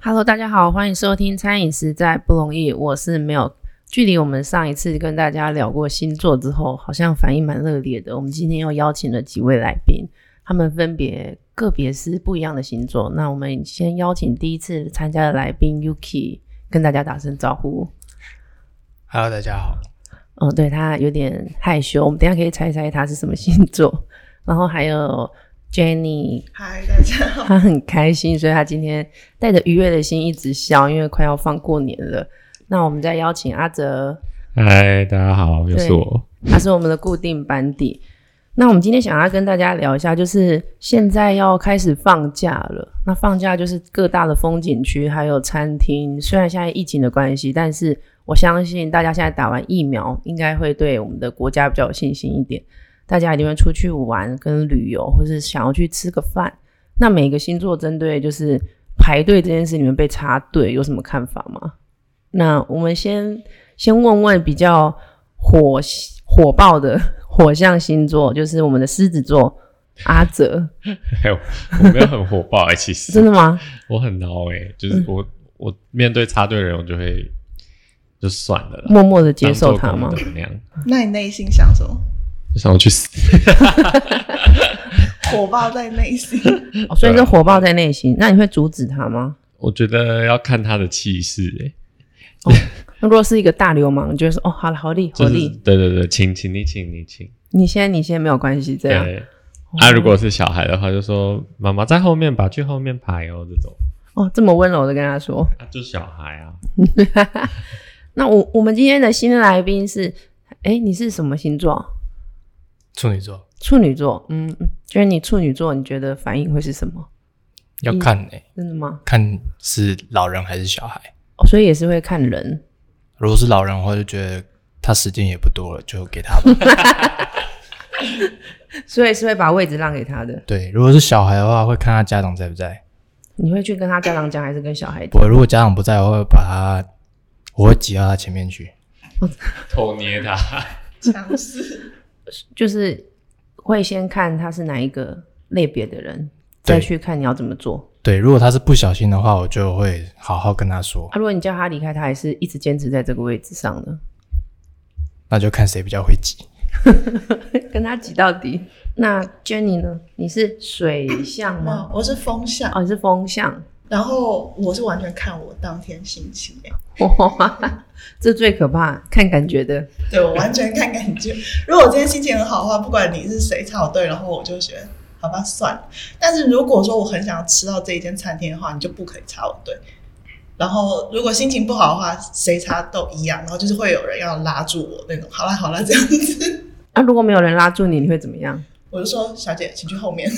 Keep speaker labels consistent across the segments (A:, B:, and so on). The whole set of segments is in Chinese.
A: Hello，大家好，欢迎收听《餐饮实在不容易》，我是没有。距离我们上一次跟大家聊过星座之后，好像反应蛮热烈的。我们今天又邀请了几位来宾，他们分别个别是不一样的星座。那我们先邀请第一次参加的来宾 Yuki 跟大家打声招呼。
B: Hello，大家好。
A: 嗯，对他有点害羞，我们等一下可以猜猜他是什么星座。然后还有 Jenny，
C: 嗨，大家好。
A: 他很开心，所以他今天带着愉悦的心一直笑，因为快要放过年了。那我们再邀请阿哲，
D: 嗨，大家好，又是我。
A: 他是我们的固定班底。那我们今天想要跟大家聊一下，就是现在要开始放假了。那放假就是各大的风景区还有餐厅，虽然现在疫情的关系，但是我相信大家现在打完疫苗，应该会对我们的国家比较有信心一点。大家一定会出去玩跟旅游，或是想要去吃个饭。那每个星座针对就是排队这件事，你们被插队有什么看法吗？那我们先先问问比较火火爆的火象星座，就是我们的狮子座阿哲，
D: 哎我没有很火爆哎、其
A: 真
D: 实
A: 的吗？嗯
D: 我很孬哎、就是我、我面对插队的人，我就会就算了啦，
A: 默默的接受他
D: 当
A: 吗
D: 做功？德那样，
C: 那你内心想什么？
D: 就想我去死。
C: 火爆在内 心，
A: 哦所以
D: 啊
A: 是火爆在内心。那你会阻止他吗？
D: 我觉得要看他的气势哎，
A: 那如果是一个大流氓，你就会说哦，好了，合理合
D: 就是
A: 理。
D: 对对对，请请你请你请。
A: 你先你先没有关系，这样。
D: 对，啊，如果是小孩的话，就说妈妈在后面吧，去后面排哦，这种
A: 哦，这么温柔的跟他说。
D: 啊，就小孩啊，
A: 那我我们今天的新来宾是，哎，你是什么星座？
B: 处女座
A: 处女座。嗯，嗯就是你处女座，你觉得反应会是什么？
B: 要看诶、
A: 真的吗？
B: 看是老人还是小孩。
A: 哦所以也是会看人。
B: 如果是老人的话，就觉得他时间也不多了，就给他吧。
A: 所以是会把位置让给他的。
B: 对，如果是小孩的话，会看他家长在不在。
A: 你会去跟他家长讲，还是跟小孩讲？
B: 我如果家长不在，我会把他，我会挤到他前面去。
D: 偷捏他。
C: 强势。
A: 就是会先看他是哪一个类别的人，
B: 对
A: 再去看你要怎么做。
B: 对，如果他是不小心的话，我就会好好跟他说
A: 啊，。如果你叫他离开，他还是一直坚持在这个位置上呢，
B: 那就看谁比较会挤。
A: 跟他挤到底。那 Jenny 呢？你是水象
C: 哇
A: 吗，？
C: 我是风向，
A: 哦，你是风象。
C: 然后我是完全看我当天心情、欸，
A: 哇， 这最可怕，看感觉的。
C: 对我完全看感觉。如果我今天心情很好的话，不管你是谁插我队，然后我就觉得好吧，算了。但是如果说我很想要吃到这一间餐厅的话，你就不可以插我队。然后如果心情不好的话，谁插都一样，然后就是会有人要拉住我那种，好啦好啦这样子，
A: 啊，如果没有人拉住你，你会怎么样？
C: 我就说小姐，请去后面，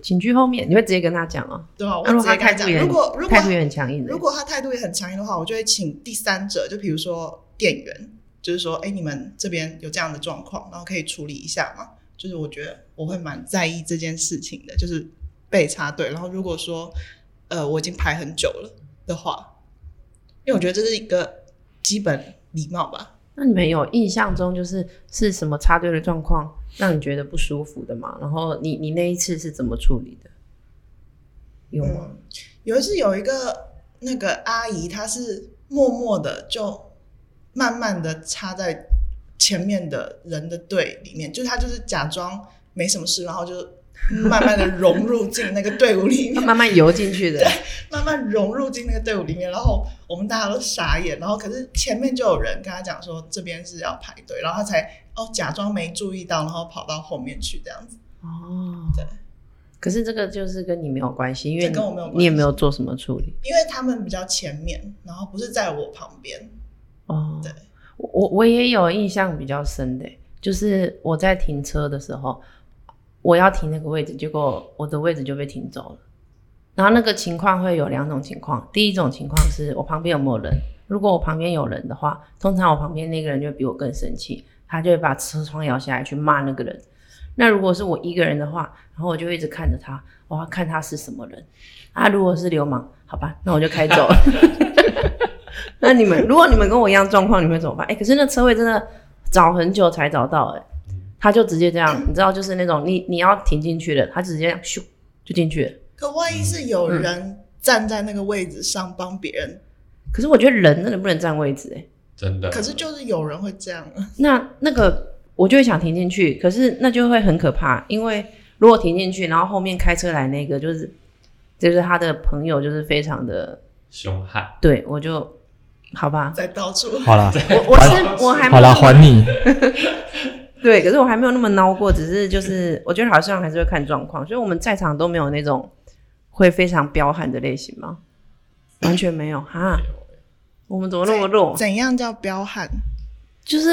A: 请去后面，你会直接跟他讲哦。
C: 对吧？我
A: 啊、如
C: 直
A: 果他
C: 接
A: 态
C: 开
A: 度
C: 讲。
A: 也很
C: 如果如果
A: 态度也很强硬的
C: 如，果他态度也很强硬的话，我就会请第三者，就比如说店员，就是说，哎、你们这边有这样的状况，然后可以处理一下嘛。就是我觉得我会蛮在意这件事情的，就是被插队。然后如果说，呃，我已经排很久了的话，因为我觉得这是一个基本礼貌吧。
A: 那你们有印象中就是是什么插队的状况让你觉得不舒服的吗？然后你你那一次是怎么处理的？有吗？
C: 嗯，有一次有一个那个阿姨，她是默默的就慢慢的插在前面的人的队里面，就是她就是假装没什么事，然后就慢慢的融入进那个队 伍里
A: 要
C: 面，
A: 慢慢游进去的，
C: 慢慢融入进那个队伍里面，然后我们大家都傻眼，然后可是前面就有人跟她讲说这边是要排队，然后她才哦假装没注意到，然后跑到后面去这样子。
A: 哦，
C: 对。
A: 可是这个就是跟你没有关系，因为
C: 这
A: 你
C: 跟我没有关系
A: 你也没有做什么处理
C: 因为他们比较前面，然后不是在我旁边，
A: 哦
C: 对。
A: 我我我也有印象比较深的，就是我在停车的时候，我要停那个位置，结果我的位置就被停走了。然后那个情况会有两种情况，第一种情况是我旁边有没有人，如果我旁边有人的话，通常我旁边那个人就会比我更生气，他就会把车窗摇下来去骂那个人。那如果是我一个人的话，然后我就会一直看着他，我要看他是什么人啊。如果是流氓，好吧，那我就开走了。那你们，如果你们跟我一样状况，你们会怎么办？哎、可是那车位真的找很久才找到、哎，他就直接这样，你知道，就是那种你你要停进去的，他直接这样咻就进去了。嗯
C: 可万一是有人站在那个位置上帮别人，
A: 可是我觉得人真的不能占位置哎、
D: 真的。
C: 可是就是有人会这样 啊。
A: 那那个我就会想停进去，可是那就会很可怕，因为如果停进去，然后后面开车来那个就是就是他的朋友，就是非常的
D: 凶悍，
A: 对我就好吧，
C: 在到处
B: 好啦，
A: 我我是我还没
B: 好
A: 有
B: 啦，还你。
A: 对，可是我还没有那么孬过，只是就是我觉得好像还是会看状况，所以我们在场都没有那种会非常彪悍的类型吗？完全没有哈，我们怎么那么弱？
C: 怎样叫彪悍？
A: 就是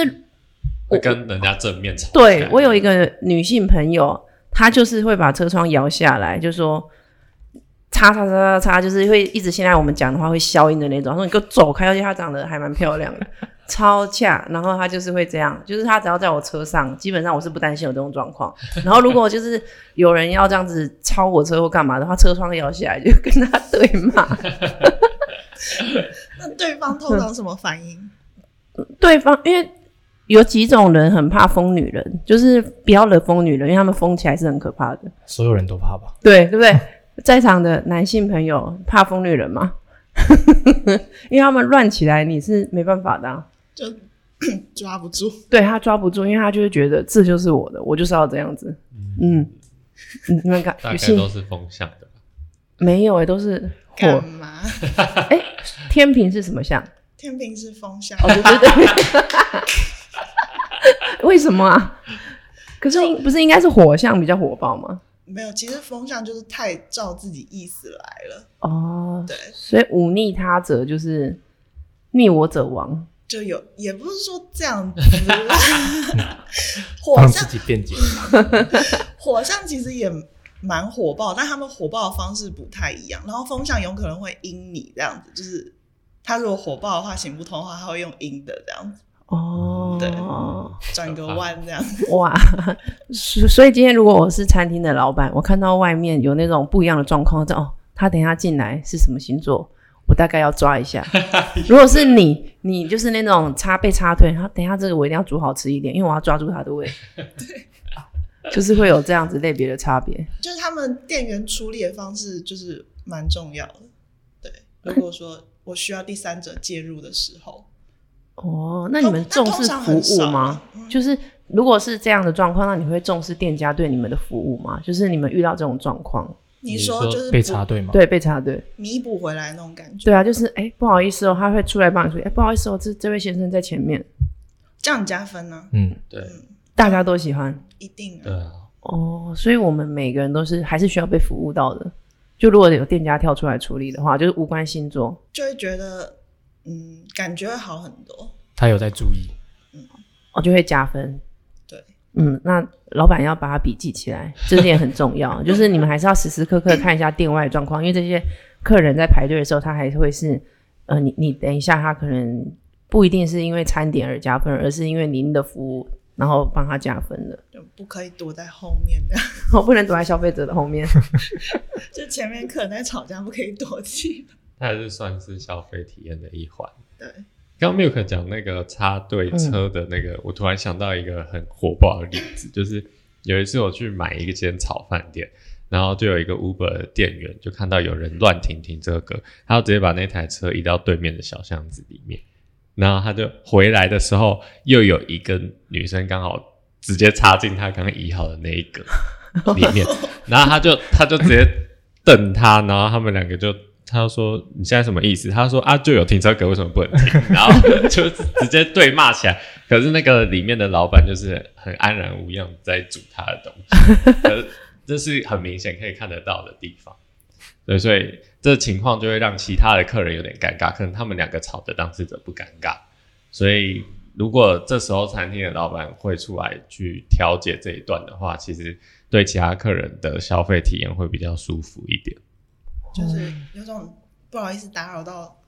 D: 会跟人家正面吵。
A: 对我有一个女性朋友，她就是会把车窗摇下来，就说。叉叉叉叉叉，就是会一直现在我们讲的话会消音的那种。她说你给我走开，而且她长得还蛮漂亮的，超恰。然后她就是会这样，就是她只要在我车上，基本上我是不担心有这种状况。然后如果就是有人要这样子超我车或干嘛的话，车窗摇下来就跟她对骂。
C: 那对方通常什么反应？
A: 对方，因为有几种人很怕疯女人，就是不要惹疯女人，因为他们疯起来是很可怕的。
B: 所有人都怕吧？
A: 对，对不 对？在场的男性朋友怕疯女人吗？ 因为他们乱起来，你是没办法的啊、
C: 就抓不住。
A: 对他抓不住，因为他就会觉得这就是我的，我就是要这样子。嗯，嗯你们感
D: 大
A: 有
D: 概
A: 信
D: 都是风向的吧。
A: 没有、欸？都是火哎
C: 干。嘛？
A: 天平是什么象？
C: 天平是风向，
A: 哦，对对对。 为什么啊？可是应不是应该是火象比较火爆吗？
C: 没有，其实风向就是太照自己意思来了，
A: 哦，
C: 对
A: 所以忤逆他者就是逆我者亡。
C: 就有也不是说这样 子啦火
B: 帮自
C: 象
B: 己辩解。
C: 火象其实也蛮火爆，但他们火爆的方式不太一样。然后风象有可能会阴你这样子，就是他如果火爆的话行不通的话，他会用阴的这样子
A: 哦，
C: 对转个弯这样子。
A: 哇，所所以今天如果我是餐厅的老板，我看到外面有那种不一样的状况，就哦，他等一下进来是什么星座，我大概要抓一 下。如果是你，你就是那种插被插腿，然后等一下这个我一定要煮好吃一点，因为我要抓住他的胃。就是会有这样子类别的差别。
C: 就是他们店员处理的方式就是蛮重要的。对，如果说我需要第三者介入的时候，
A: 哦，那你们重视
C: 那通常
A: 服
C: 很
A: 务
C: 少
A: 吗？
C: 嗯
A: 就是如果是这样的状况，那你会重视店家对你们的服务吗？就是你们遇到这种状况，
C: 你
D: 你
C: 说
D: 说
C: 就是
B: 被
C: 补
B: 插队吗？
A: 对被插队，
C: 弥补回来那种感觉，
A: 对啊，就是哎、不好意思哦，他会出来帮你说，哎、不好意思哦，这这位先生在前面，
C: 这样加分呢、
B: 嗯，
D: 对
A: 大家都喜欢
C: 一定
D: 对
C: 啊。
D: 啊，
A: 哦，所以我们每个人都是还是需要被服务到的。就如果有店家跳出来处理的话，就是无关星座
C: 就会觉得嗯，感觉会好很多。
B: 他有在注意。
A: 哦，就会加分。
C: 对，
A: 嗯，那老板要把它笔记起来，这点很重要。就是你们还是要时时刻刻看一下店外状况，因为这些客人在排队的时候，他还是会是，呃，你你等一下，他可能不一定是因为餐点而加分，而是因为您的服务，然后帮他加分的。
C: 就不可以躲在后面这样，
A: 我不能躲在消费者的后面。
C: 就前面客人在吵架，不可以躲起 来。
D: 它还是算是消费体验的一环。
C: 对，
D: 刚刚 Milk 讲那个插队车的那个，我突然想到一个很火爆的例子，就是有一次我去买一间炒饭店，然后就有一个 Uber 的店员就看到有人乱停停车格，他就直接把那台车移到对面的小巷子里面，然后他就回来的时候，又有一个女生刚好直接插进他刚刚移好的那一格 里面，然后他就他就直接瞪他，然后他们两个就。他就说：“你现在什么意思？”他说：“啊，就有停车格，为什么不能停？”然后就直接对骂起来。可是那个里面的老板就是很安然无恙在煮他的东西，可是这是很明显可以看得到的地方。对，所以这情况就会让其他的客人有点尴尬，可能他们两个吵的当事者不尴尬，所以如果这时候餐厅的老板会出来去调解这一段的话，其实对其他客人的消费体验会比较舒服一点。
C: 就是有种不好意思打扰到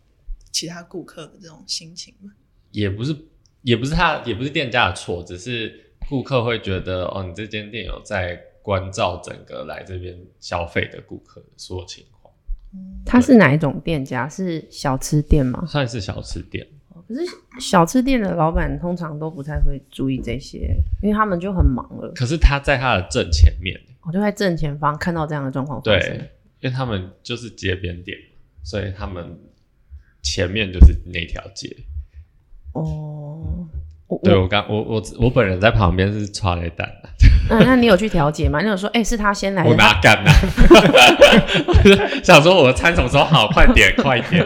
C: 其他顾客的这种心情嘛。
D: 也不是，也不是他，也不是店家的错，只是顾客会觉得哦，你这间店有在关照整个来这边消费的顾客的所有情况，
A: 他是哪一种店家？是小吃店吗？
D: 算是小吃店。
A: 可是小吃店的老板通常都不太会注意这些，因为他们就很忙了。
D: 可是他在他的正前面，
A: 我就在正前方看到这样的状况发生。
D: 对，因为他们就是街边店，所以他们前面就是那条街。
A: 哦，我
D: 对
A: 我
D: 我刚我我我本人在旁边是抓雷蛋的，
A: 那那你有去调解吗？你有说，哎、是他先来
D: 我
A: 的，
D: 哪敢啊？我就 想说我的餐什么时候好，快点快点。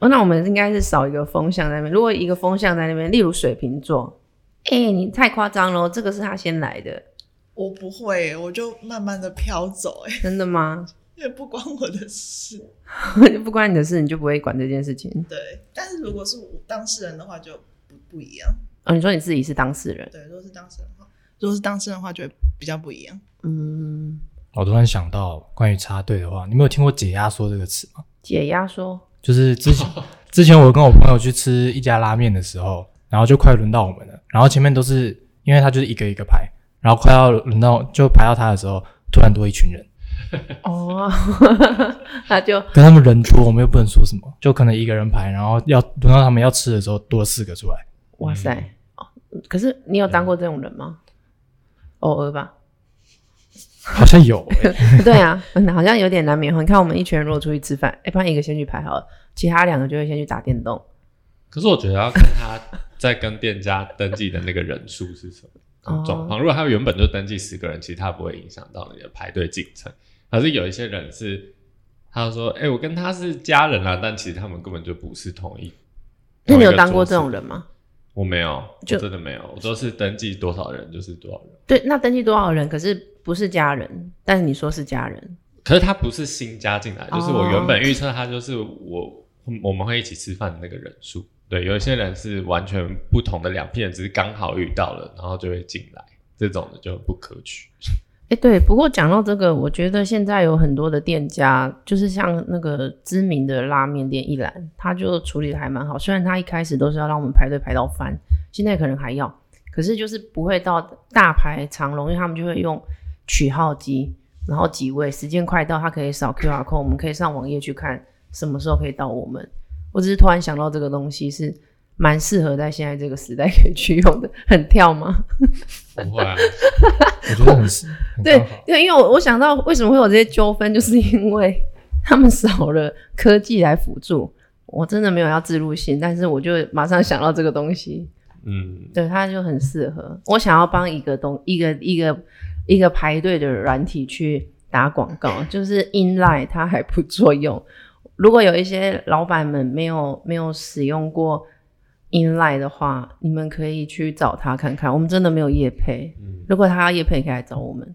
A: 哦，那我们应该是少一个风向在那边。如果一个风向在那边，例如水瓶座，哎、你太夸张了，哦这个是他先来的，
C: 我不会，我就慢慢的飘走、 哎，
A: 真的吗？
C: 也不关我的事。
A: 不关你的事，你就不会管这件事情。
C: 对，但是如果是我当事人的话，就不不一样。
A: 哦，你说你自己是当事人，
C: 对，如果是当事人的话，如果是当事人的话，就会比较不一样。
A: 嗯，
B: 我突然想到，关于插队的话，你们有听过解压缩这个词吗？
A: 解压 说，
B: 就是之前之前我跟我朋友去吃一家拉面的时候，然后就快轮到我们了，然后前面都是因为他就是一个一个排，然后快要轮到就排到他的时候，突然多一群人，
A: 哦， 他就
B: 跟他们人多，我们又不能说什么，就可能一个人排，然后要轮到他们要吃的时候多四个出来，
A: 哇塞、哦，可是你有当过这种人吗？偶尔 吧，
B: 好像有、欸，
A: 对啊，嗯好像有点难免。你看我们一群人如果出去吃饭，哎、不然一个先去排好了，其他两个就会先去打电动。
D: 可是我觉得要看他在跟店家登记的那个人数是什
A: 哦
D: 么状况。如果他原本就登记十个人，其实他不会影响到你的排队进程。可是有一些人是，他说：“哎、我跟他是家人啊，但其实他们根本就不是同一。”
A: 那你有当过这种？人吗？
D: 我没有，我
A: 就
D: 真的没有，我都是登记多少人就是多少人。
A: 对，那登记多少人？可是不是家人，但是你说是家人，
D: 可是他不是新加进来，就是我
A: 哦
D: 原本预测他就是我我们会一起吃饭的那个人数。对，有一些人是完全不同的两批人，只是刚好遇到了，然后就会进来，这种的就不可取。
A: 哎、对。不过讲到这个，我觉得现在有很多的店家，就是像那个知名的拉面店一兰，他就处理的还蛮好。虽然他一开始都是要让我们排队排到翻，现在可能还要，可是就是不会到大排长龙，因为他们就会用取号机，然后几位时间快到，他可以扫 QR code，我们可以上网页去看什么时候可以到我们。我只是突然想到这个东西是蛮适合在现在这个时代可以去用的，很跳吗？
D: 不会啊，
B: 我觉 得很是很
A: 对
B: 刚哦好。
A: 对，因为我我想到为什么会有这些纠纷，就是因为 他们少了科技来辅助。我真的没有要自入性，但是我就马上想到这个东西，
D: 嗯，
A: 对，它就很适合。我想要帮一个东一个一个一个排队的软体去打广告，就是 Inline 它还不作用。如果有一些老板们没有没有使用过 Inline 的话，你们可以去找他看看。我们真的没有业配，
D: 嗯
A: 如果他要叶配，可以来找我们，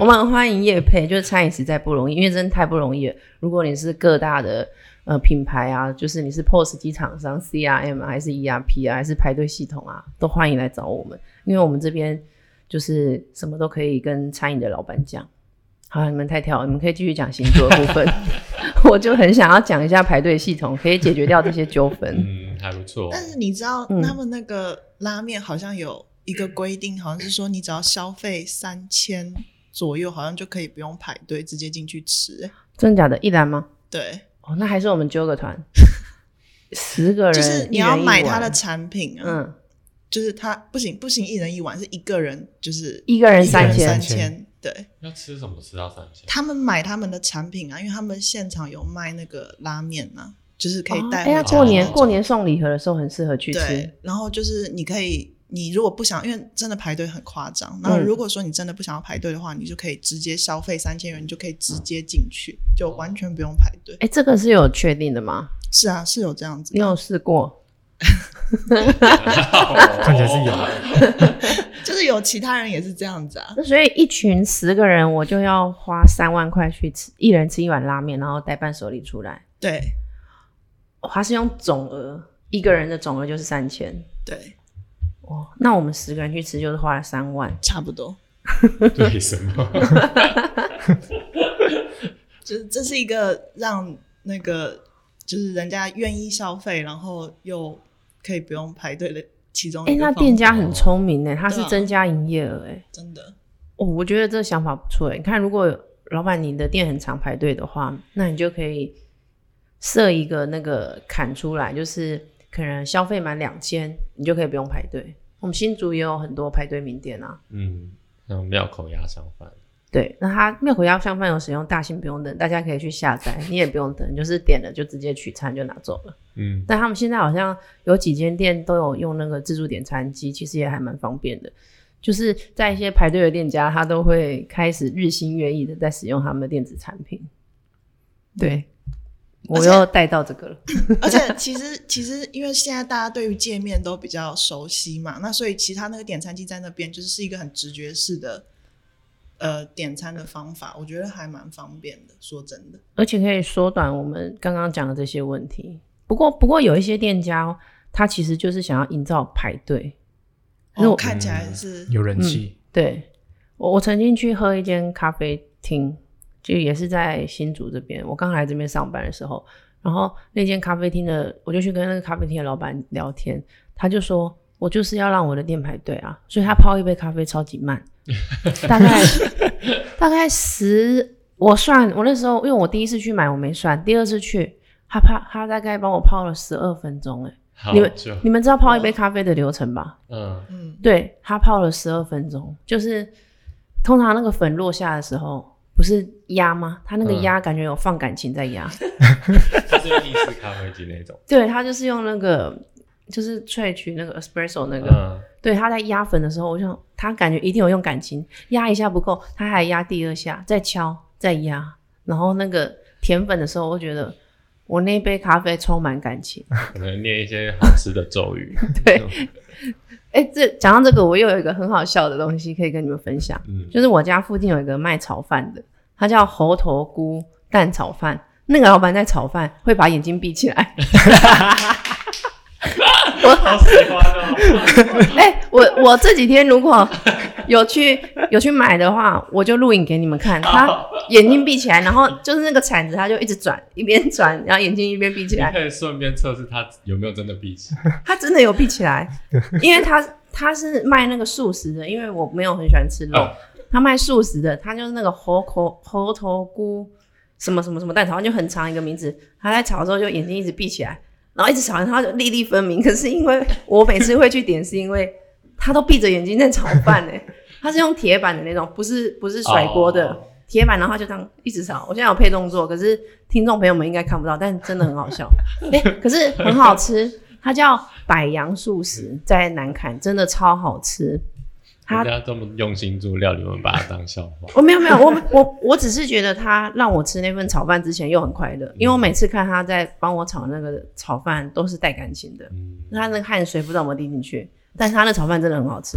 A: 我们很欢迎叶配，就是餐饮实在不容易，因为真的太不容易了。如果你是各大的呃品牌啊，就是你是 POS 机厂商、CRM 啊还是 ERP 啊，还是排队系统啊，都欢迎来找我们，因为我们这边就是什么都可以跟餐饮的老板讲。好，你们太跳了，你们可以继续讲星座的部分，我就很想要讲一下排队系统，可以解决掉这些纠纷。
D: 嗯，还不错。
C: 但是你知道，
A: 嗯
C: 他们那个拉面好像有一个规定，好像是说你只要消费三千左右，好像就可以不用排队，直接进去吃。哎
A: 真的假的？一兰吗？
C: 对，
A: 哦，那还是我们揪个 团，十个人，
C: 就是你
A: 一人
C: 要
A: 一
C: 买他
A: 碗
C: 的产品啊，
A: 嗯，
C: 就是他不行不行，一人一碗是一个人，就是
A: 一个人
C: 一个人
A: 三千
B: 三
C: 三
B: 千
C: 千。对
D: 要吃什么吃到三千？
C: 他们买他们的产品啊，因为他们现场有卖那个拉面啊，就是可以
A: 哦哎
C: 带回家的那种。
A: 呀，过年过年送礼盒的时候很适合去吃
C: 对，然后就是你可以，你如果不想，因为真的排队很夸张。然后
A: 嗯
C: 如果说你真的不想要排队的话，你就可以直接消费三千元，你就可以直接进去，就完全不用排队。
A: 哎，这个是有确定的吗？
C: 是啊，是有这样子
A: 你
C: 的，
A: 有试过？
D: 看哦
B: 看起来是有
C: 就是有其他人也是这样子啊。
A: 那所以一群十个人，我就要花三万块去吃，一人吃一碗拉面，然后带伴手礼出来。
C: 对
A: 哦它是用总额，一个人的总额就是三千。
C: 对，
A: 哦，那我们十个人去吃就是花了三万。
C: 差不多。
D: 对什么？
C: 就是这是一个让那个就是人家愿意消费，然后又可以不用排队的其中
A: 哎
C: 一，个
A: 那
C: 方法。
A: 店家很聪明呢，他是
C: 对啊
A: 增加营业额哎。
C: 真的
A: 哦，我觉得这个想法不错欸诶。你看，如果老板你的店很常排队的话，那你就可以设一个那个砍出来，就是可能消费满两千，你就可以不用排队。我们新竹也有很多排队名店啊，
D: 嗯，像庙口鸭香饭，
A: 对，那它灭火药相反有使用，大型不用等，大家可以去下载，你也不用等，就是点了就直接取餐就拿走了。
D: 嗯，
A: 但他们现在好像有几间店都有用那个自助点餐机，其实也还蛮方便的。就是在一些排队的店家，他都会开始日新月异的在使用他们的电子产品。对，我又带到这个了。
C: 而且其实其实因为现在大家对于界面都比较熟悉嘛，那所以其他那个点餐机在那边就是是一个很直觉式的。呃，点餐的方法，我觉得还蛮方便的。说真的，
A: 而且可以缩短我们刚刚讲的这些问题。不过，不过有一些店家哦，他其实就是想要营造排队。可是
C: 哦、
A: 我
C: 看起来是
B: 有
A: 嗯
B: 人气，
A: 对我，我曾经去喝一间咖啡厅，就也是在新竹这边。我刚来这边上班的时候，然后那间咖啡厅的，我就去跟那个咖啡厅的老板聊天，他就说。我就是要让我的店排队啊，所以他泡一杯咖啡超级慢，大概大概十，我算我那时候因为我第一次去买我没算，第二次去他泡他大概帮我泡了十二分钟、欸，
D: 好
A: 你们
D: 就
A: 你们知道泡一杯咖啡的流程吧？
D: 嗯
C: 嗯，
A: 对，它泡了十二分钟，就是通常那个粉落下的时候，不是压吗？它那个
D: 嗯
A: 压感觉有放感情在压，
D: 就是意式咖啡机那种，
A: 对，它就是用那个就是萃取那个 espresso 那个，
D: 嗯，
A: 对，它在压粉的时候，我想它感觉一定有用感情，压一下不够，它还压第二下，再敲再压，然后那个甜粉的时候，我觉得我那杯咖啡充满感情。
D: 可能念一些好吃的咒语，
A: 对
D: 就，
A: 哎、这讲到这个，我又有一个很好笑的东西可以跟你们分享。
D: 嗯，
A: 就是我家附近有一个卖炒饭的，他叫猴头菇蛋炒饭。那个老板在炒饭会把眼睛闭起来。
D: 好喜 欢哦，
A: 哎、我我这几天如果有去有去买的话，我就录影给你们看。他眼睛闭起来，然后就是那个铲子，他就一直转，一边转，然后眼睛一边闭起
D: 你
A: 来。
D: 可以顺便测试它有没有真的闭起来，
A: 他真的有闭起来，因为他他是卖那个素食的，因为我没有很喜欢吃肉，
D: 嗯
A: 他卖素食的，他就是那个猴头猴头菇什么什么什么蛋炒饭，就很长一个名字。他在炒的时候就眼睛一直闭起来，然后一直炒，然后就粒粒分明。可是因为我每次会去点，是因为他都闭着眼睛在炒饭呢、他是用铁板的那种，不是不是甩锅的。
D: 哦
A: 铁板，然后他就这样一直炒。我现在有配动作，可是听众朋友们应该看不到，但真的很好笑。哎、可是很好吃，它叫百洋素食，在南坎真的超好吃。它
D: 人家这么用心做料，你们把它当笑 话，
A: 我哦没有没有，我我我只是觉得他让我吃那份炒饭之前又很快乐，因为我每次看他在帮我炒那个炒饭都是带感情的，
D: 嗯，
A: 他那个汗水不知道有没有滴进去，但是他那炒饭真的很好吃。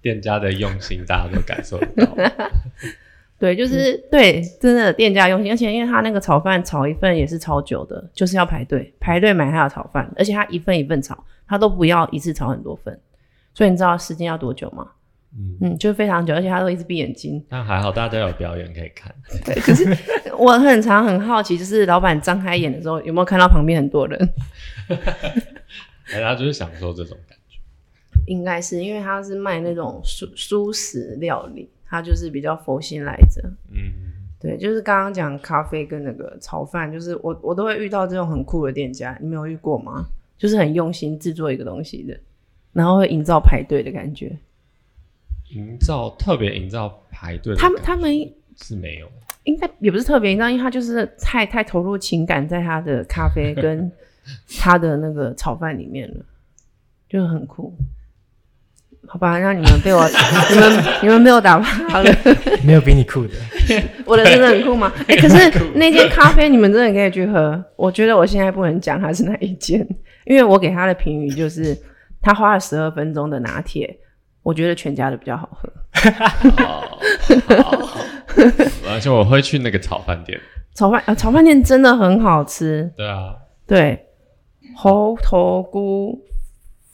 D: 店家的用心大家都感受得到，
A: 对，就是、对，真的店家用心，而且因为他那个炒饭炒一份也是超久的，就是要排队排队买他的炒饭，而且他一份一份炒，他都不要一次炒很多份，所以你知道时间要多久吗？
D: 嗯，
A: 嗯，就非常久，而且他都一直闭眼睛。
D: 但还好大家有表演可以看，
A: 对，可是我很常很好奇，就是老板张开眼的时候，有没有看到旁边很多人？
D: 人哎家就是享受这种感觉，
A: 应该是因为他是卖那种蔬蔬食料理，他就是比较佛心来着。
D: 嗯，
A: 对，就是刚刚讲咖啡跟那个炒饭，就是我我都会遇到这种很酷的店家，你没有遇过吗？就是很用心制作一个东西的，然后会营造排队的感觉。
D: 营造特别营造排队的
A: 他
D: 感觉，
A: 们他们
D: 是 没有，
A: 应该也不是特别营造，因为他就是太太投入情感在他的咖啡跟他的那个炒饭里面了，就很酷。好吧，让你们被我 你们你们被我打趴了，
B: 没有比你酷的。
A: 我的真的 很酷吗？哎、可是那间咖啡你们真的可以去喝，我觉得我现在不能讲它是哪一间， 因为我给他的评语就是他花了十二分钟的拿铁，我觉得全家的比较好喝。
D: 哦，好而且我会去那个炒饭店，
A: 炒饭啊、炒饭店真的很好吃，
D: 对啊，
A: 对，猴头菇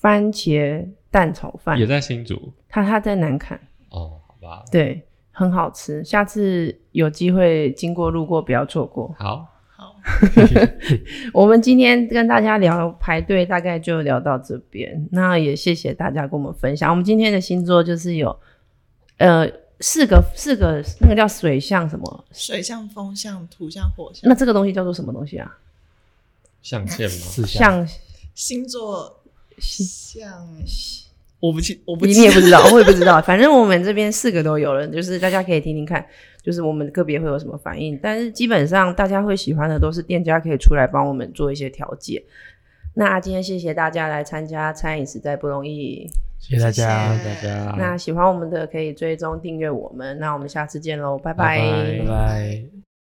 A: 番茄蛋炒饭
D: 也，在新竹，
A: 它它在南坎，
D: 哦，好吧，
A: 对，很好吃。下次有机会经过路过不要错过。
D: 好，
A: 我们今天跟大家聊排队，大概就聊到这边。那也谢谢大家跟我们分享。我们今天的星座就是有，呃，四个四个那个叫水象什么？
C: 水象、风象、土象、火象
A: 那，这个东西叫做什么东西啊？
D: 象限吗？
B: 四项
A: 象
C: 星座
A: 星
C: 像我不记，我不
A: 你
C: 记
A: 你也不
C: 得
A: 知道，我也不知道，反正我们这边四个都有了，就是大家可以听听看，就是我们个别会有什么反应，但是基本上大家会喜欢的都是店家可以出来帮我们做一些调解。那今天谢谢大家来参加餐饮实在不容易，
B: 谢谢大家，
C: 谢谢
B: 大
A: 啊
B: 家，
A: 那喜欢我们的可以追踪订阅我们，那我们下次见喽，拜
B: 拜拜。拜拜